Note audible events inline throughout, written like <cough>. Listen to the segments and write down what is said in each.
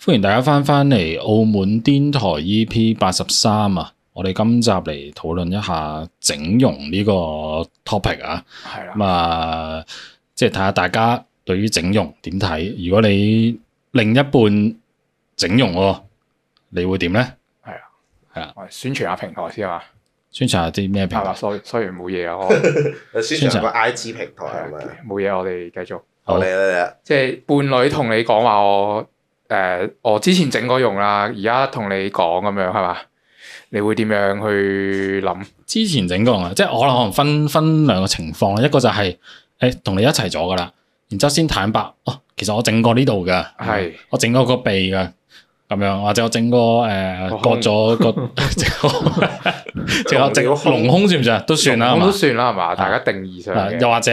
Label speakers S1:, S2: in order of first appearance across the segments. S1: 歡迎大家翻返嚟澳門癲台 EP 八十三啊！我哋今集嚟討論一下整容呢個 topic 啊。
S2: 係啦，
S1: 咁啊，即係睇下大家對於整容點睇。如果你另一半整容喎，你會點咧？
S2: 係啊，
S1: 係啊，
S2: 我哋宣傳下平台先啊，
S1: 宣傳下啲咩平
S2: 係啦，
S1: 台？
S2: 所以雖然冇嘢啊，我
S3: 宣傳個 I G 平台
S2: 啊
S3: 係咪？啊哦
S2: 冇嘢，我哋繼續。
S1: 好
S3: 我哋咧，
S2: 即係伴侶同你講話我誒、呃我之前整過容啦，而家同你講咁樣係嘛？你會點樣去諗？
S1: 之前整容啊，即係可能可能分分兩個情況啦。一個就係誒同你一齊咗噶啦，然之後先坦白哦，其實我整過呢度噶，
S2: 係
S1: 我整過個鼻噶。咁樣，或者我整個
S2: 個
S1: 誒割 <laughs>
S2: 胸
S1: 咗個整個整個整個隆胸算唔算啊？都算啦，係
S2: 咁
S1: 嘛
S2: 都？算啦係嘛？大家定義上
S1: 啊，
S2: 嘅
S1: 又或者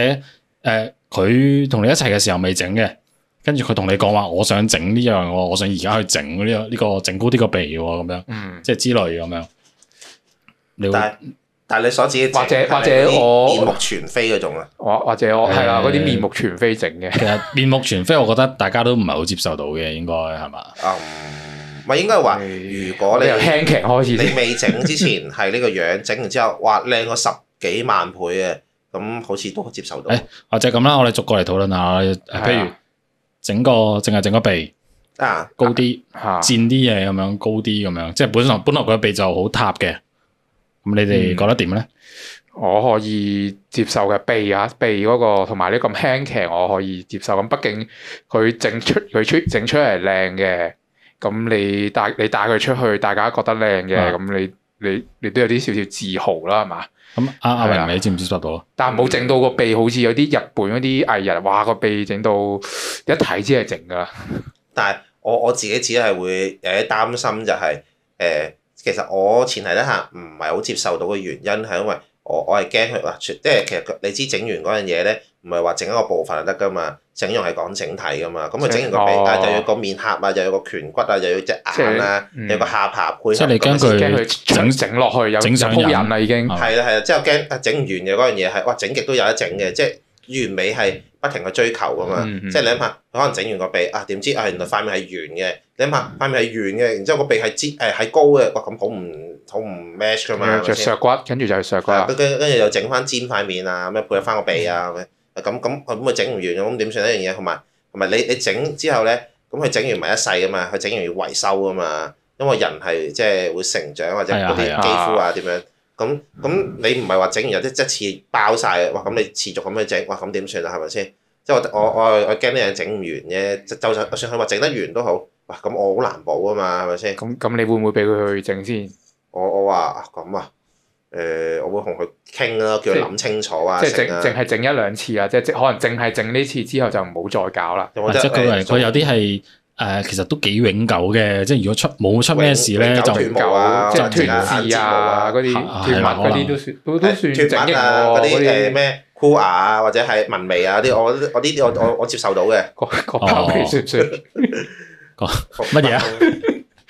S1: 誒，佢、同你一齊嘅時候未整嘅，跟住佢同你講話，我想整呢樣喎，我想而家去整呢、個呢、個整高啲個鼻喎，咁樣
S2: 嗯，
S1: 即係之類咁樣。你會
S3: 但係但係你所指嘅
S2: 或者
S3: 整係
S2: 或者我
S3: 面目全非嗰種啊，
S2: 或或者我
S1: 誒
S2: 係啦，嗰啲面目全非整嘅，
S1: 其實面目全非，我覺得大家都唔係好接受到嘅，應該係嘛？
S3: 嗯，咪應該話，如果
S2: 我
S3: 你
S2: 哋由輕劇開始
S3: 你
S2: 先，
S3: 未整之前係呢個樣，整完之後，哇靚過十幾萬倍嘅，咁好似都接受
S2: <laughs>
S3: 到
S2: 哎
S1: 誒或者咁啦，我哋逐個嚟討論下，誒譬如整個淨係整個鼻
S3: 啊。
S1: 高啲，
S2: 嚇
S1: 墊啲嘢咁樣高啲咁樣，即係本來本來佢個鼻就好塌嘅。咁你
S3: 嗯
S1: 哋覺得點咧？
S2: 我可以接受嘅鼻啊，鼻嗰、個同埋呢咁輕騎，我可以接受。咁畢竟佢
S1: <laughs>
S2: 整出佢出整出嚟靚嘅，咁你帶你帶佢出去，大家覺得靚嘅，
S1: 嗯
S2: 咁你你你都有啲少少自豪啦，係嘛？
S1: 咁阿阿
S2: 係啊
S1: 榮，你接唔接受到啊？
S2: 但係冇整到個鼻，好似有啲日本嗰啲藝人，哇個鼻整到一睇知係整㗎啦。
S3: 但係我我自己只係會有啲擔心就係、誒，其實我前提底下唔係好接受到嘅原因係因為我我係驚佢嗱，全即係其實佢你知整完嗰樣嘢咧，唔係話整一個部分就得噶嘛，整容係講整體噶嘛，咁佢整完個鼻
S2: 哦
S3: 啊，又要個面頰啊，又要個颧骨啊，又要隻眼啊，
S2: 即係嗯
S3: 又要個下巴配合，
S1: 即係你驚佢
S2: 驚佢
S1: 整
S2: 整整落去有有
S1: 整上
S2: 鋪
S1: 癮
S2: 癮啦已經。
S3: 嗯係啦係啦，之後驚啊整唔完嘅嗰樣嘢係哇整極都有得整嘅，即係完美係不停去追求噶嘛。
S2: 嗯嗯
S3: 即係你諗下，佢可能整完個鼻啊，點知啊原來塊面係圓嘅，你諗下塊面係圓嘅，然之後個鼻係尖誒係高嘅，哇咁好唔好唔 match 噶嘛？係
S2: 着
S3: 咪先
S2: 削骨，跟住就係削骨啦
S3: 啊。跟跟跟住又整翻尖塊面啊，咩配合翻個鼻
S1: 嗯
S3: 啊，咁咁咁咁咪整唔完咁點算呢樣嘢？同埋同埋你你整之後咧，咁佢整完咪一世噶嘛，佢整完要維修噶嘛，因為人係即係會成長或者
S1: 係
S3: 嗰
S1: 啊
S3: 啲
S1: 係啊
S3: 肌膚啊點樣。咁咁你唔係話整完有啲一次包晒嘅，哇！咁你持續咁樣整，哇！咁點算啊？係咪先？即係我我我我驚呢樣整唔完啫，就就就算佢話整得完都好，哇！咁我好難保啊嘛，係咪先？
S2: 咁咁你會唔會俾佢去整先？
S3: 我我話啊咁啊，誒、我會同佢傾啦，叫佢諗清楚啊，
S2: 即係整淨
S3: 成啊
S2: 係整一兩次啊！即係即可能淨係整呢次之後就唔好再搞啦。
S3: 有
S1: 或
S3: 冇
S1: 者
S3: 得
S1: 佢
S3: 誒
S1: 係佢有啲係誒，其實都幾永久嘅，即係如果出冇出咩事咧，
S3: 永
S1: 就
S3: 永久脫
S2: 斷
S3: 毛
S2: 狗
S3: 啊
S2: 即係
S1: 就
S2: 斷字啊，嗰啲
S1: 啊係
S2: 斷物嗰
S1: 可能
S2: 啲都算都
S3: 誒
S2: 都算整
S3: 脫
S2: 形
S3: 襪
S2: 喎。
S3: 啊，嗰啲誒
S2: 嗰
S3: 咩箍牙啊，或者係紋眉啊嗰啲，我我呢啲我我我接受到嘅。
S2: 啲個個包
S1: 哦
S2: 皮算唔算？
S1: 乜嘢啊？
S3: <laughs>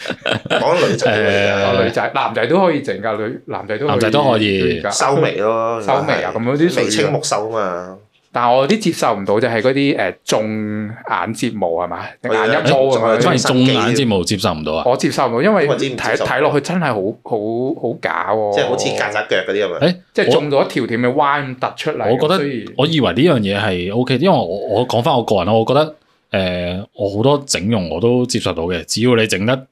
S3: 講女仔
S1: <laughs> 誒
S2: 個
S3: 嘅
S2: 女仔男仔都可以整㗎，女男仔都
S1: 男仔都可以
S2: 㗎
S3: 收眉咯，
S2: 收眉啊！咁嗰啲
S3: 眉
S2: 屬
S3: 清
S2: 於。
S3: 目秀啊
S2: 但係我啲接受唔到就係嗰啲誒種眼睫毛係嘛，眼
S3: 係啊
S2: 一毛咁
S3: 仲
S1: 反
S2: 樣
S1: 而
S3: 有。
S1: 中眼睫毛接受唔到啊！
S2: 我接受唔到，因為
S3: 我知唔接
S2: 睇
S3: 受
S2: 睇落去真係好好好假
S3: 嘛，
S2: 喎。
S3: 即係好似曱甴腳嗰啲咁啊。
S1: 誒，
S2: 即係
S1: 我
S2: 中咗一條點嘅彎咁突出嚟。
S1: 我覺得
S2: 所以
S1: 我以為呢樣嘢係 O K，因為我我講翻我個人啦，我覺得誒，我好多整容我都接受到嘅，只要你整得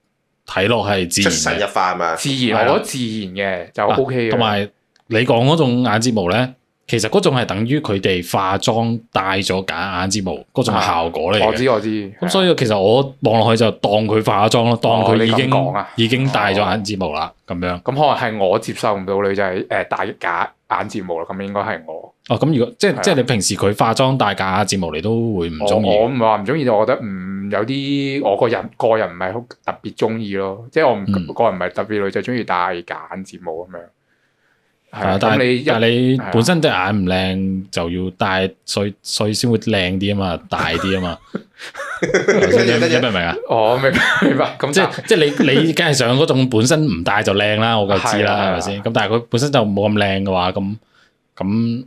S1: 睇落係自
S3: 出
S1: 然
S3: 神入
S1: 嘅，
S3: 化啊嘛，
S2: 自
S1: 係
S2: 然，
S1: 啦
S2: 我覺得自然嘅就 O K 嘅。
S1: 同埋你講嗰種眼睫毛咧，其實嗰種係等於佢哋化妝戴咗假眼睫毛嗰種效果嚟
S2: 啊我
S1: 嘅。
S2: 知我知，
S1: 咁所以其實我望落去就當佢化妝咯，當佢已
S2: 哦你咁
S1: 經、
S2: 講啊
S1: 已經戴咗眼睫毛啦，咁樣。
S2: 咁可能係我接受唔到女仔誒戴假眼睫毛啦，咁應該係我。
S1: 哦，咁如果即
S2: 係
S1: 係
S2: 啊
S1: 即係你平時佢化妝戴假睫毛，你都會唔
S2: 我
S1: 中意
S2: 我唔係話唔中意，我覺得唔有啲我個人個人唔係好特別中意咯，即係我唔
S1: 嗯
S2: 個人唔係特別女仔中意戴假眼睫毛咁樣。係
S1: 係啊
S2: 啊，
S1: 但
S2: 咁你
S1: 係
S2: 一
S1: 但係你
S2: 係啊
S1: 本身對眼唔靚，就要戴，所以所以先會靚啲啊
S2: <laughs>
S1: 嘛，大啲啊嘛，係咪先你
S3: 跟住
S1: 你明唔明啊？
S2: 我哦明白明白，咁
S1: 即
S2: 即
S1: 係即係你你梗係想嗰種本身唔戴就靚啦，我梗係知
S2: 係啊係
S1: 啦，
S2: 啊
S1: 係咪先？咁但係佢本身就冇咁靚嘅話，咁咁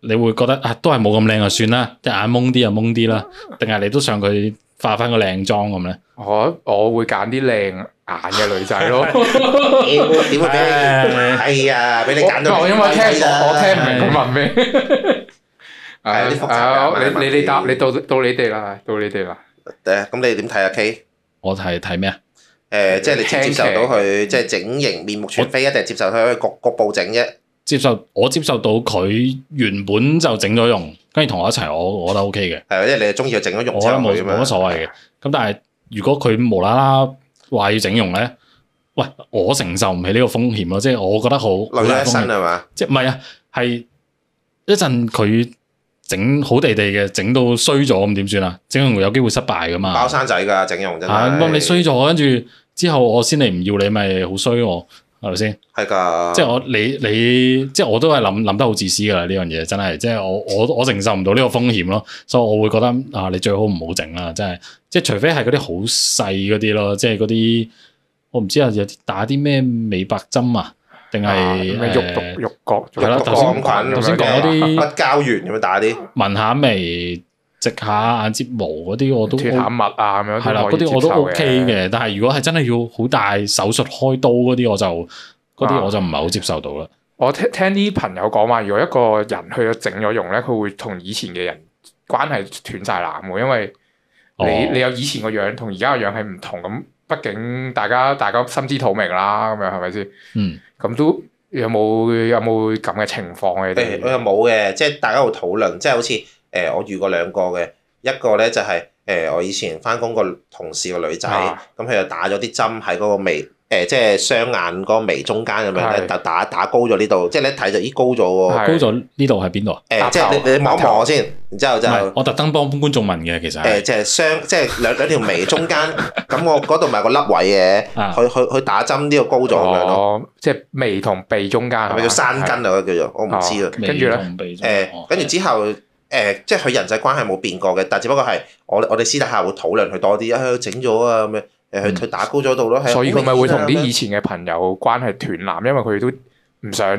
S1: 你會覺得啊，都係冇咁靚就算啦，隻眼蒙啲就蒙啲啦，定係你都想佢化翻個靚妝咁咧？
S2: 我我會揀啲靚眼嘅女仔咯。
S3: 屌點會
S1: <laughs>
S3: 俾
S1: 唉
S2: 啊
S3: 你？哎呀，俾你揀到
S2: 我
S3: 你
S2: 因為聽
S3: 睇啦
S2: 我我聽唔明佢問咩。
S3: 啊係有啲複雜嘅
S2: 啊
S3: 慢慢
S2: 你你
S3: 問
S2: 你答
S3: 你
S2: 你到到你哋啦，到你哋啦。
S3: 誒咁你點睇啊 K？
S1: 我係睇咩啊？
S3: 誒，即係你接唔接受到佢即係整形面目全非，一定係接受佢局局部整啫。
S1: 接受我接受到佢原本就整咗容，跟住同我一齊，我我覺得 O K 嘅，
S3: 係啊，因為你係中意佢整咗
S1: 我
S3: 容
S1: 覺
S3: 之
S1: 得
S3: 後
S1: 冇
S3: 佢咁
S1: 冇乜
S3: 樣。
S1: 所謂嘅。
S2: 啊
S1: 咁但係如果佢無啦啦話要整容咧，喂，我承受唔起呢個風險咯，即係我覺得好好
S3: 女
S1: 大
S3: 人一
S1: 風險
S3: 身係嘛？
S1: 即係唔係啊？係一陣佢整好地地嘅，整到衰咗咁點算啊？整容有機會失敗噶嘛？
S3: 包生仔㗎整容真
S1: 啊
S3: 係。
S1: 咁你衰咗，跟住之後我先嚟唔要你，咪好衰我係咪先？
S3: 係㗎。
S2: 啊
S1: 即係我你你即係我都係諗諗得好自私噶啦呢樣嘢，真係即係我我我承受唔到呢個風險咯，所以我會覺得啊，你最好唔好整啦，真係即係除非係嗰啲好細嗰啲咯，即係嗰啲我唔知啊，有啲打啲咩美白針啊，定
S2: 啊
S1: 係
S2: 咩
S1: 誒
S2: 肉毒肉角？
S1: 係啦
S2: 肉角
S1: 頭先
S2: 菌咁樣
S1: 頭先講嗰
S2: 嘅
S1: 啲
S3: 不膠原咁樣打啲。
S1: 紋下眉、植下眼睫毛嗰啲我都
S2: 脱下
S1: O-
S2: 物啊咁樣，
S1: 係啦，
S2: 可以
S1: 嗰啲我都
S2: 接受
S1: OK。嘅。但係如果係真係要好大手術開刀嗰啲，我就嗰
S2: 啊
S1: 啲我就唔係好接受到啦。
S2: 我聽聽啲朋友講話，如果一個人去咗整咗容咧，佢會同以前嘅人關係斷晒纜嘅，因為
S1: 哦
S2: 你你有以前個樣同而家個樣係唔同咁，畢竟大家大家心知肚明啦，咁樣係咪先？
S1: 嗯，
S2: 咁都有冇有冇咁嘅情況嘅？
S3: 誒
S2: 你
S3: 我又
S2: 哋
S3: 冇嘅，即係大家喺度討論，即係好似誒、我遇過兩個嘅，一個咧就係、誒、我以前翻工個同事個女仔，
S2: 啊
S3: 咁佢就打咗啲針喺嗰個眉誒、即係雙眼嗰個眉中間咁樣咧，
S2: 係
S3: 打打打高咗呢度，即係你一睇就咦高咗喎，
S2: 係
S1: 高咗呢度係邊度啊？
S3: 誒、
S2: 搭
S3: 即係
S2: 頭
S3: 你你望一
S2: 搭頭
S3: 望我先，然之後
S1: 唔
S3: 就
S1: 係
S3: 誒、
S1: 我特登幫觀眾問嘅，其實係
S3: 即係雙即係兩兩條眉
S2: <laughs>
S3: 中間，咁我嗰度咪有個凹位嘅，
S1: 啊，
S3: 佢佢佢打針呢度高咗咁樣咯，
S2: 哦，即係眉同鼻中間
S3: 係咪叫山根
S2: 係哦
S3: 啊？嗰個叫做我唔知啊。
S2: 跟住
S1: 眉
S2: 咧
S1: 同鼻中間
S3: 誒，跟住之後誒、即係佢人際關係冇變過嘅，但只不過係我我哋私底下會討論佢多啲，啊，佢整咗啊咁樣，誒
S1: 嗯
S3: 佢佢打高咗度咯，係
S2: 所以佢咪
S3: 好
S2: 會
S3: 明顯
S2: 同
S3: 啊
S2: 啲
S3: 咁樣
S2: 以前嘅朋友關係斷纜，因為佢都唔想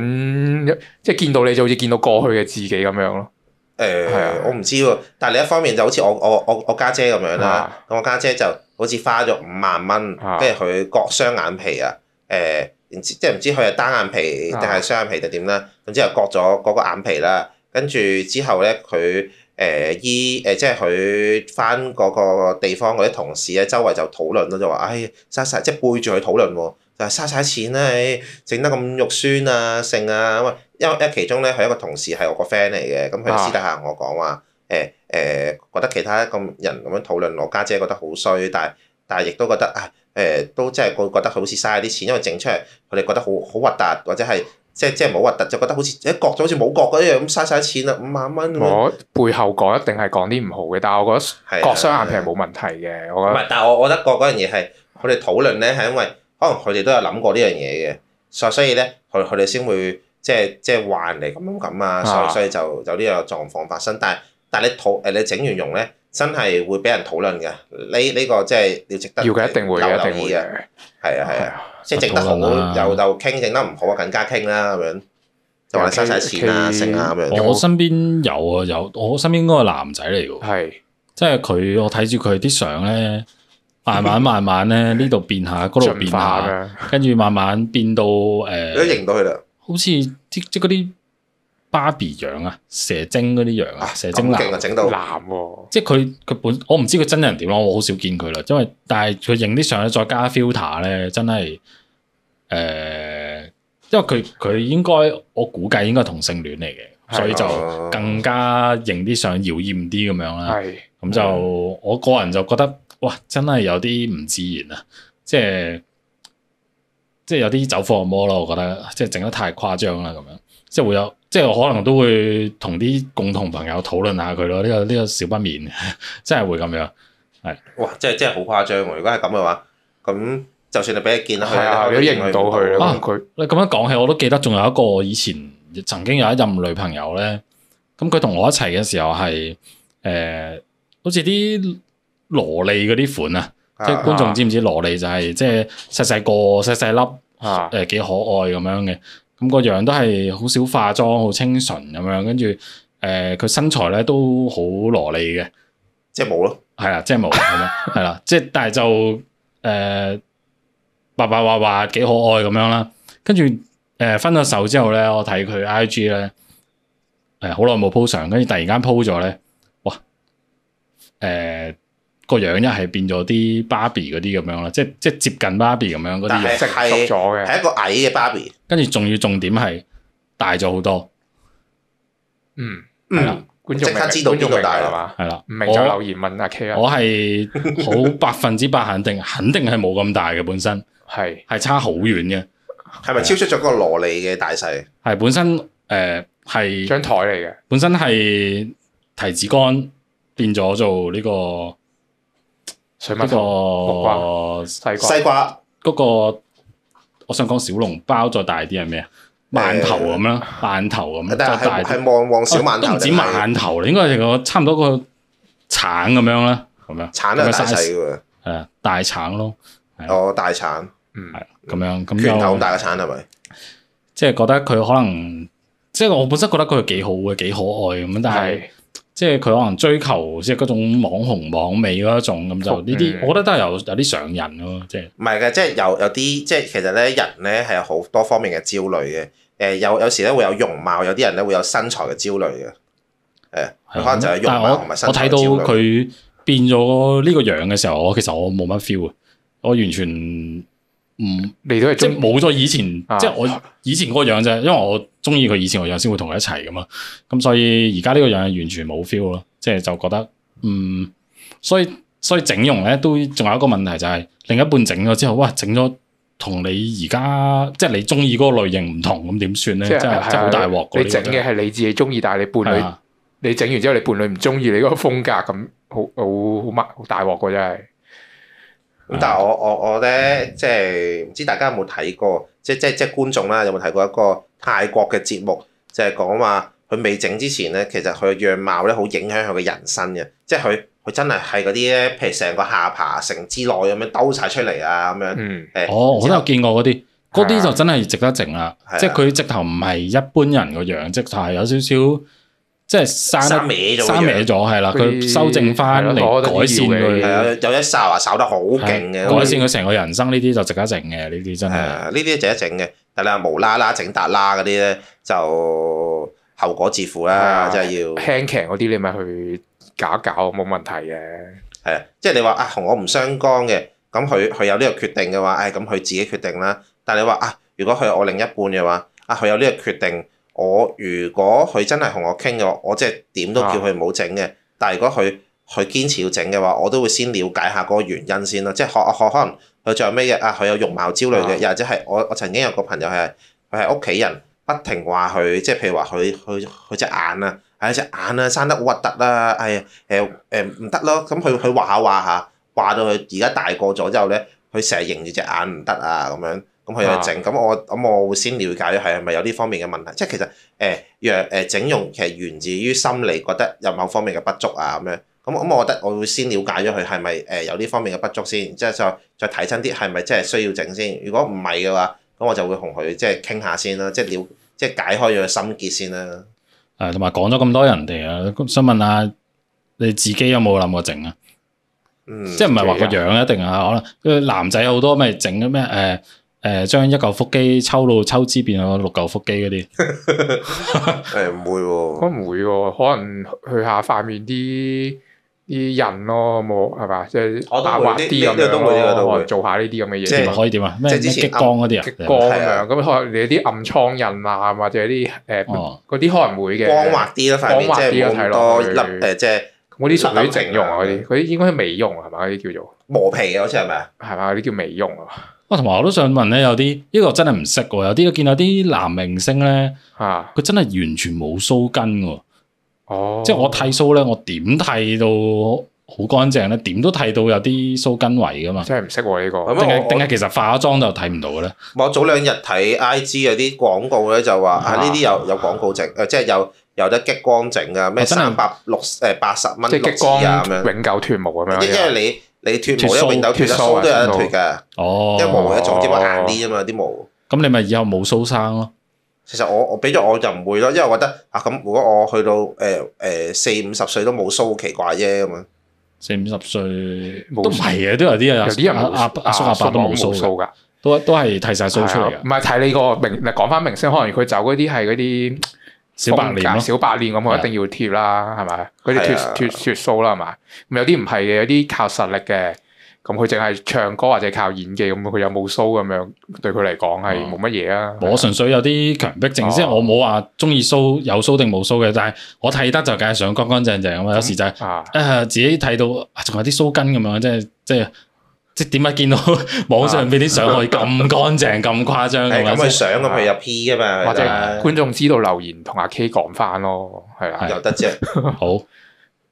S2: 即係見到你就好似見到過去嘅自己咁樣咯。
S3: 誒
S2: 係啊
S3: 我唔知喎，但係另一方面就好似我我我我家姐咁樣啦
S2: 啊，
S3: 咁我家姐就好似花咗五萬蚊
S2: 啊，
S3: 跟住佢割雙眼皮啊，誒唔知即係唔知佢係單眼皮定係雙眼皮定點啦，咁之後割咗嗰個眼皮啦，跟住之後咧佢誒醫誒即係佢翻嗰個地方嗰啲同事啊咧，周圍就討論咯，就話唉嘥晒，即係背住佢討論喎。就係嘥晒錢啦，唉整得咁肉酸啊，剩啊，喂，因為因為其中咧，佢一個同事係我個 friend 嚟嘅，咁佢
S2: 啊
S3: 私底下同我講話，誒誒、覺得其他咁人咁樣討論我家姐覺得好衰，但係但係亦都覺得啊誒、都真係會覺得好似嘥啲錢，因為整出嚟佢哋覺得好好核突，或者係即係即係冇核突，就覺得好似一割咗好似冇割嗰樣咁嘥晒錢啦，五萬蚊咁樣。
S2: 我背後講一定係講啲唔好嘅，但係我覺
S3: 係
S2: 得
S3: 啊
S2: 割雙眼皮係冇問題嘅，我
S3: 唔
S2: 覺
S3: 係，但係我我覺得個嗰樣嘢係佢哋討論咧，係因為可能佢哋都有諗過呢樣嘢嘅，所所以咧佢佢哋先會即係即係話人哋咁樣咁啊，所
S2: 啊
S3: 以所以就有呢個狀況發生。但係但係你討誒你整完容咧，真係會俾人討論嘅。呢呢個即係要值得
S2: 得要嘅一定會嘅，
S3: 留
S2: 一
S3: 留
S2: 定
S3: 意
S2: 會
S3: 嘅，
S2: 嘅。
S3: 係啊係
S2: 係
S3: 啊，
S2: 啊
S3: 即係整得好
S1: 討論啦
S3: 又就傾，整得唔好啊更加傾啦咁樣，就話你嘥晒錢啊
S2: 尤其
S3: 剩啊咁樣。
S1: 我身邊有啊有，我身邊嗰個男仔嚟嘅，
S2: 係
S1: 即係佢我睇住佢啲相咧，慢慢慢慢咧呢度變下，嗰度變
S2: 進化咁
S1: 下，
S2: 樣。
S1: 跟住慢慢變到誒
S3: 你。都認到佢啦，
S1: 好似即即嗰啲芭比樣啊、蛇精嗰啲樣啊、
S3: 啊
S1: 蛇
S3: 咁
S1: 精
S3: 勁啊
S1: 男，
S3: 整到，
S2: 男喎，
S1: 即係佢佢本我唔知佢真人點咯，我好少見佢啦，因為但係佢影啲相咧，再加 filter 咧，真係誒、呃因為佢佢應該我估計應該係同性戀嚟嘅，
S2: 係
S1: 所以就
S3: 哦
S1: 更加影啲相妖豔啲咁樣
S3: 啊
S1: 啦。
S2: 係
S1: 咁就
S3: 嗯
S1: 我個人就覺得哇，真係有啲唔自然啊，即係即係有啲走火入魔咯，我覺得即係整得太誇張啦，咁樣即係會有，即係我可能都會同啲共同朋友討論下佢咯，呢、個呢、個少不免， <laughs> 真係會咁樣。
S3: 哇！真係真係好誇張喎！如果係咁嘅話，咁就算你俾佢見到佢，
S2: 係啊，你都認唔到佢啦。
S1: 啊
S2: 咁佢
S1: 你咁樣講起，我都記得仲有一個我以前曾經有一任女朋友咧，咁佢同我一齊嘅時候係誒、呃好似啲蘿莉嗰啲款啊。即係
S3: 啊
S1: 觀眾知唔知蘿莉就係即係細細個細細粒誒
S2: 啊
S1: 呃幾可愛咁樣嘅，咁個樣都係好少化呃妝，好清純咁樣，跟住誒佢身材咧都好蘿莉嘅，
S3: 即係冇咯。
S1: 係啦，即係冇咁樣，係啦，即係但係就誒、呃白白滑滑幾可愛咁樣啦。跟住誒分咗手之後咧，我睇佢 I G 咧，誒好耐冇 po 相，跟住突然間 po 咗咧，哇！誒、個樣一係變咗啲芭比嗰啲咁樣啦，即係即係接近芭比咁樣嗰啲
S3: 但
S1: 嘢，
S3: 係
S2: 成熟咗嘅。
S3: 係一個矮嘅芭比，
S1: 跟住仲要重點係大咗好多，
S2: 嗯，
S1: 係啊啦
S3: 嗯，
S2: 觀眾
S3: 即刻
S2: 明
S3: 知道
S2: 觀眾
S3: 邊
S2: 明
S3: 度大啦
S2: 係嘛？
S1: 係啦，
S2: 唔明就
S1: 我
S2: 留言問阿 K 啊，
S1: 我係好 <laughs> 百分之百肯定，肯定係冇咁大嘅本身，
S2: 係
S1: 係差好遠嘅，
S3: 係咪超出咗嗰個蘿莉嘅大細？
S1: 係本身誒係、
S2: 張台嚟嘅，
S1: 本身係提子乾變咗做呢、個
S2: 水
S1: 呢
S2: 蜜
S1: 個
S2: 桃瓜西瓜
S3: 西瓜
S1: 嗰個，我想講小籠包再大啲係咩啊？饅頭咁啦，饅頭咁，
S3: 但
S1: 再
S3: 係
S1: 大
S3: 係
S1: 啲，哦
S3: 望望小饅
S1: 都
S3: 頭
S1: 唔止
S3: 定係
S1: 饅頭啦，應該係個差唔多個橙咁樣啦，咁樣
S3: 橙
S1: 咁
S3: 係
S1: 嘅
S3: 大細
S1: size，
S3: 嘅
S1: 係啊大橙咯，
S3: 喎，哦大橙，
S2: 嗯，
S1: 咁樣咁
S3: 拳頭
S1: 又
S3: 咁。大嘅橙係咪？
S1: 即係覺得佢可能，即係我本身覺得佢幾好嘅，幾可愛咁，但係
S2: 係
S1: 即係佢可能追求即係嗰種網紅網美嗰一種咁就呢啲，
S2: 嗯
S1: 我覺得都係有有啲上癮咯，即係
S3: 唔係嘅，即係有有啲即係其實咧人咧係有好多方面嘅焦慮嘅。誒、有有時咧會有容貌，有啲人咧會有身材嘅焦慮嘅。誒、可
S1: 係啊
S3: 能就係容
S1: 但係
S3: 貌
S1: 我
S3: 同埋身
S1: 我睇
S3: 材嘅焦
S1: 到
S3: 慮。
S1: 佢變咗呢個樣嘅時候，我其實我冇乜 feel 啊，我完全唔
S2: 你都係
S1: 即
S2: 中
S1: 係冇咗以前，
S2: 啊
S1: 即係我以前嗰個樣啫，因為我中意佢以前個樣先會同佢一齊噶嘛，咁所以而家呢個樣係完全冇 feel 咯，即係就覺得嗯，所以所以整容咧都仲有一個問題就係、另一半整咗之後，哇整咗同你而家即係你中意嗰個類型唔同，咁點算咧？真係真係好大鑊㗎
S2: 啊你整嘅
S1: 呢
S2: 係你自己中意，但係你
S1: 個真
S2: 伴
S1: 係係
S2: 侶
S1: 啊
S2: 你整完之後，你伴侶唔中意你嗰個風格咁，好好好麻好大鑊㗎真係。
S3: 咁但係我我我咧，即係唔知大家有冇睇過，即即即觀眾啦，有冇睇過一個泰國嘅節目，就係講話佢未整之前咧，其實佢嘅樣貌咧好影響佢嘅人生嘅，即係佢佢真係係嗰啲咧，譬如成個下巴、成支內咁樣兜晒出嚟啊咁樣。
S2: 嗯，
S3: 誒
S1: 哦，我都有見過嗰啲。嗰
S2: 係
S1: 啲
S2: 啊
S1: 就真係值得整啦
S3: 係啊，
S1: 即係佢直頭唔係一般人個樣，直頭係有少少即係生得
S3: 啊生歪咗個
S1: 生
S3: 樣
S1: 歪咗係啦，
S2: 嗰啲
S1: 佢修正翻
S2: 係
S1: 嚟
S2: 咯我覺得
S1: 改善
S2: 要嘅
S1: 佢
S3: 係啊，有一哨啊，哨得好勁嘅，
S1: 改善佢成個人生呢啲就值得整嘅，呢啲真
S3: 係
S1: 係
S3: 啊，呢啲就一整嘅，但係你話無啦啦整達啦嗰啲咧，就後果自負啦，
S2: 係啊
S3: 真係要
S2: 輕騎嗰啲你咪去搞一搞，冇問題嘅。
S3: 係啊，即係你話啊同我唔相干嘅，咁佢佢有呢個決定嘅話，誒咁佢自己決定啦。但係你話啊，如果佢係我另一半嘅話，啊佢有呢個決定，我如果佢真係同我傾嘅話，我即係點都叫佢唔好整嘅。但係如果佢佢堅持要整嘅話，我都會先了解下嗰個原因先咯。即係可可可能佢最後尾嘅啊，佢有容貌焦慮
S2: 啊
S3: 嘅，又或者係我我曾經有個朋友係佢係屋企人不停話佢，即係譬如話佢佢佢隻眼啊，係隻眼啊生得好核突啦，哎呀誒誒唔得咯。咁佢佢話下話下，話到佢而家大個咗之後咧，佢成日認住隻眼唔得啊咁樣。咁佢
S2: 啊
S3: 又整，咁我咁我會先了解係咪有呢方面嘅問題，即係其實誒若誒整容其實源自於心理覺得有某方面嘅不足啊咁樣，咁咁我覺得我會先了解咗佢係咪誒有呢方面嘅不足先，然之後再再睇真啲係咪真係需要整先，如果唔係嘅話，咁我就會同佢即係傾下先啦，即係了即係解開咗佢心結先啦。
S1: 誒，啊同埋講咗咁多人哋啊，咁想問下你自己有冇諗過整啊？
S3: 嗯，
S1: 即係唔係話個樣一定係可能，男仔好多咪整咗咩誒誒，將一嚿腹肌抽到抽脂變咗六嚿腹肌嗰啲，
S3: 誒唔會
S2: 可
S3: 喎，
S2: 能唔會喎，可能去下塊面啲啲印咯，冇係嘛？即係
S3: 我都會
S2: 打滑
S3: 呢
S2: 啲咁
S3: 呢個
S2: 樣
S3: 都會呢個都
S2: 咯，
S3: 會
S2: 可能做下呢啲咁嘅嘢。
S3: 即係
S1: 可以點啊？咩
S3: 即
S1: 咩
S3: 係之前
S1: 激光嗰啲
S2: 激
S1: 啊？
S2: 光咁
S3: 係
S2: 樣，
S3: 啊
S2: 咁可能你有啲暗瘡印啊，或者啲誒
S1: 哦
S2: 嗰啲可能會嘅。
S3: 光滑啲啦塊面，
S2: 光滑啲
S3: 即係
S2: 咯睇
S3: 冇咁
S2: 落
S3: 多
S2: 去
S3: 粒誒，即係
S2: 咁嗰啲屬於整容啊，嗰啲嗰啲應該係美容啊係嘛？嗰啲叫做
S3: 磨皮嘅好似係咪啊？
S2: 係嘛？嗰啲叫美容啊，
S1: 哇，哦同埋我都想問咧，有啲呢個真係唔識喎，有啲見到啲男明星咧，
S2: 嚇
S1: 佢真係完全冇鬚根喎。
S2: 哦，
S1: 啊即係我剃鬚咧，我點剃到好乾淨咧？點都剃到有啲鬚根位噶嘛？
S2: 真係唔識喎呢個。
S3: 咁
S1: 定係
S3: 我
S1: 定係其實化咗妝就睇唔到嘅咧？
S3: 我早兩日睇 I G 有啲廣告咧，就話啊
S2: 啊
S3: 呢啲有有廣告整，誒即係有有得激光整啊，咩
S1: 哦真係
S3: 三百六誒八十蚊
S2: 即係
S3: 六
S2: 激
S3: 支啊咁
S2: 光
S3: 樣。
S2: 永久脱毛咁
S3: 因
S2: 樣。
S3: 因為你你脱毛
S1: 脫鬚
S3: 咧，永久脱
S2: 脫鬚
S3: 鬚都有得
S2: 啊
S3: 脱㗎，
S1: 哦，
S3: 因為毛一種只不過硬啲啫嘛，啲毛。
S1: 咁你咪以後冇鬚生咯？
S3: 其實我我俾咗我就唔會咯，因為我覺得啊咁，如果我去到誒誒四五十歲都冇鬚，好奇怪啫咁樣。
S1: 四五十歲
S2: 冇
S1: 都唔係嘅，都有啲
S2: 有
S1: 人
S2: 啲人啊
S1: 阿阿阿叔阿伯都冇
S2: 數
S1: 須嘅，
S2: 㗎，
S1: 都都係剃晒須出嚟
S2: 係啊唔
S1: 嘅，
S2: 係睇你個明，嗱講翻明星，可能佢走嗰啲係嗰啲
S1: 小白臉
S2: 風格
S1: 咯。
S2: 小白臉咁，
S1: 係
S2: 佢
S1: 啊
S2: 一定要貼啦，係咪？嗰
S3: 係啊
S2: 啲脱脱脱須啦，係咪？咁有啲唔係嘅，有啲靠實力嘅，咁佢淨係唱歌或者靠演技，咁佢有冇須咁樣，對佢嚟講
S1: 哦
S2: 係冇乜嘢啊。
S1: 我純粹有啲強迫症，
S2: 哦
S1: 即係我冇話中意須有須定冇須嘅，但係我剃得就梗係想乾乾淨淨咁啊。有時就係
S2: 啊，
S1: 啊自己剃到啊仲有啲鬚根咁樣，即係即係即係點解見到 <laughs> 網上邊啲相可以咁乾淨、咁誇張咁
S3: 係咁
S1: 樣
S3: 啊佢
S1: 即係？
S3: 想咁佢入 P 噶嘛，
S2: 或者
S3: 佢就
S2: 觀眾知道留言同阿 K 講翻咯，係啦，
S3: 有得啫，
S1: 好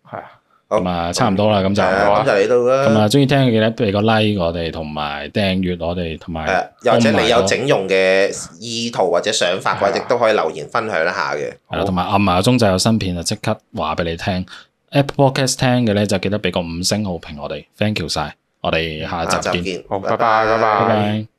S2: 係啊，
S3: 好
S1: 咁啊，差唔多啦，咁就
S3: 係
S2: 好
S3: 啊
S2: 啊
S3: 咁就嚟到
S1: 咁
S3: 啦。
S1: 啊，中意聽嘅記得俾個 like 我哋，同埋訂閱我哋，同
S3: 係
S1: 埋啊
S3: 啊又或者你有
S1: comment
S3: 整容嘅意圖或者想法，或者都可以留言分享一下嘅。
S1: 係啦，同埋暗埋個鐘就有新片啊就即刻話俾你聽。Apple Podcast 聽嘅咧就記得俾個五星好評我哋，thank you 晒，我哋下
S3: 下
S1: 集
S3: 集
S1: 見，
S3: 見，
S2: 好，拜拜，
S1: 拜
S2: 拜拜
S1: 拜。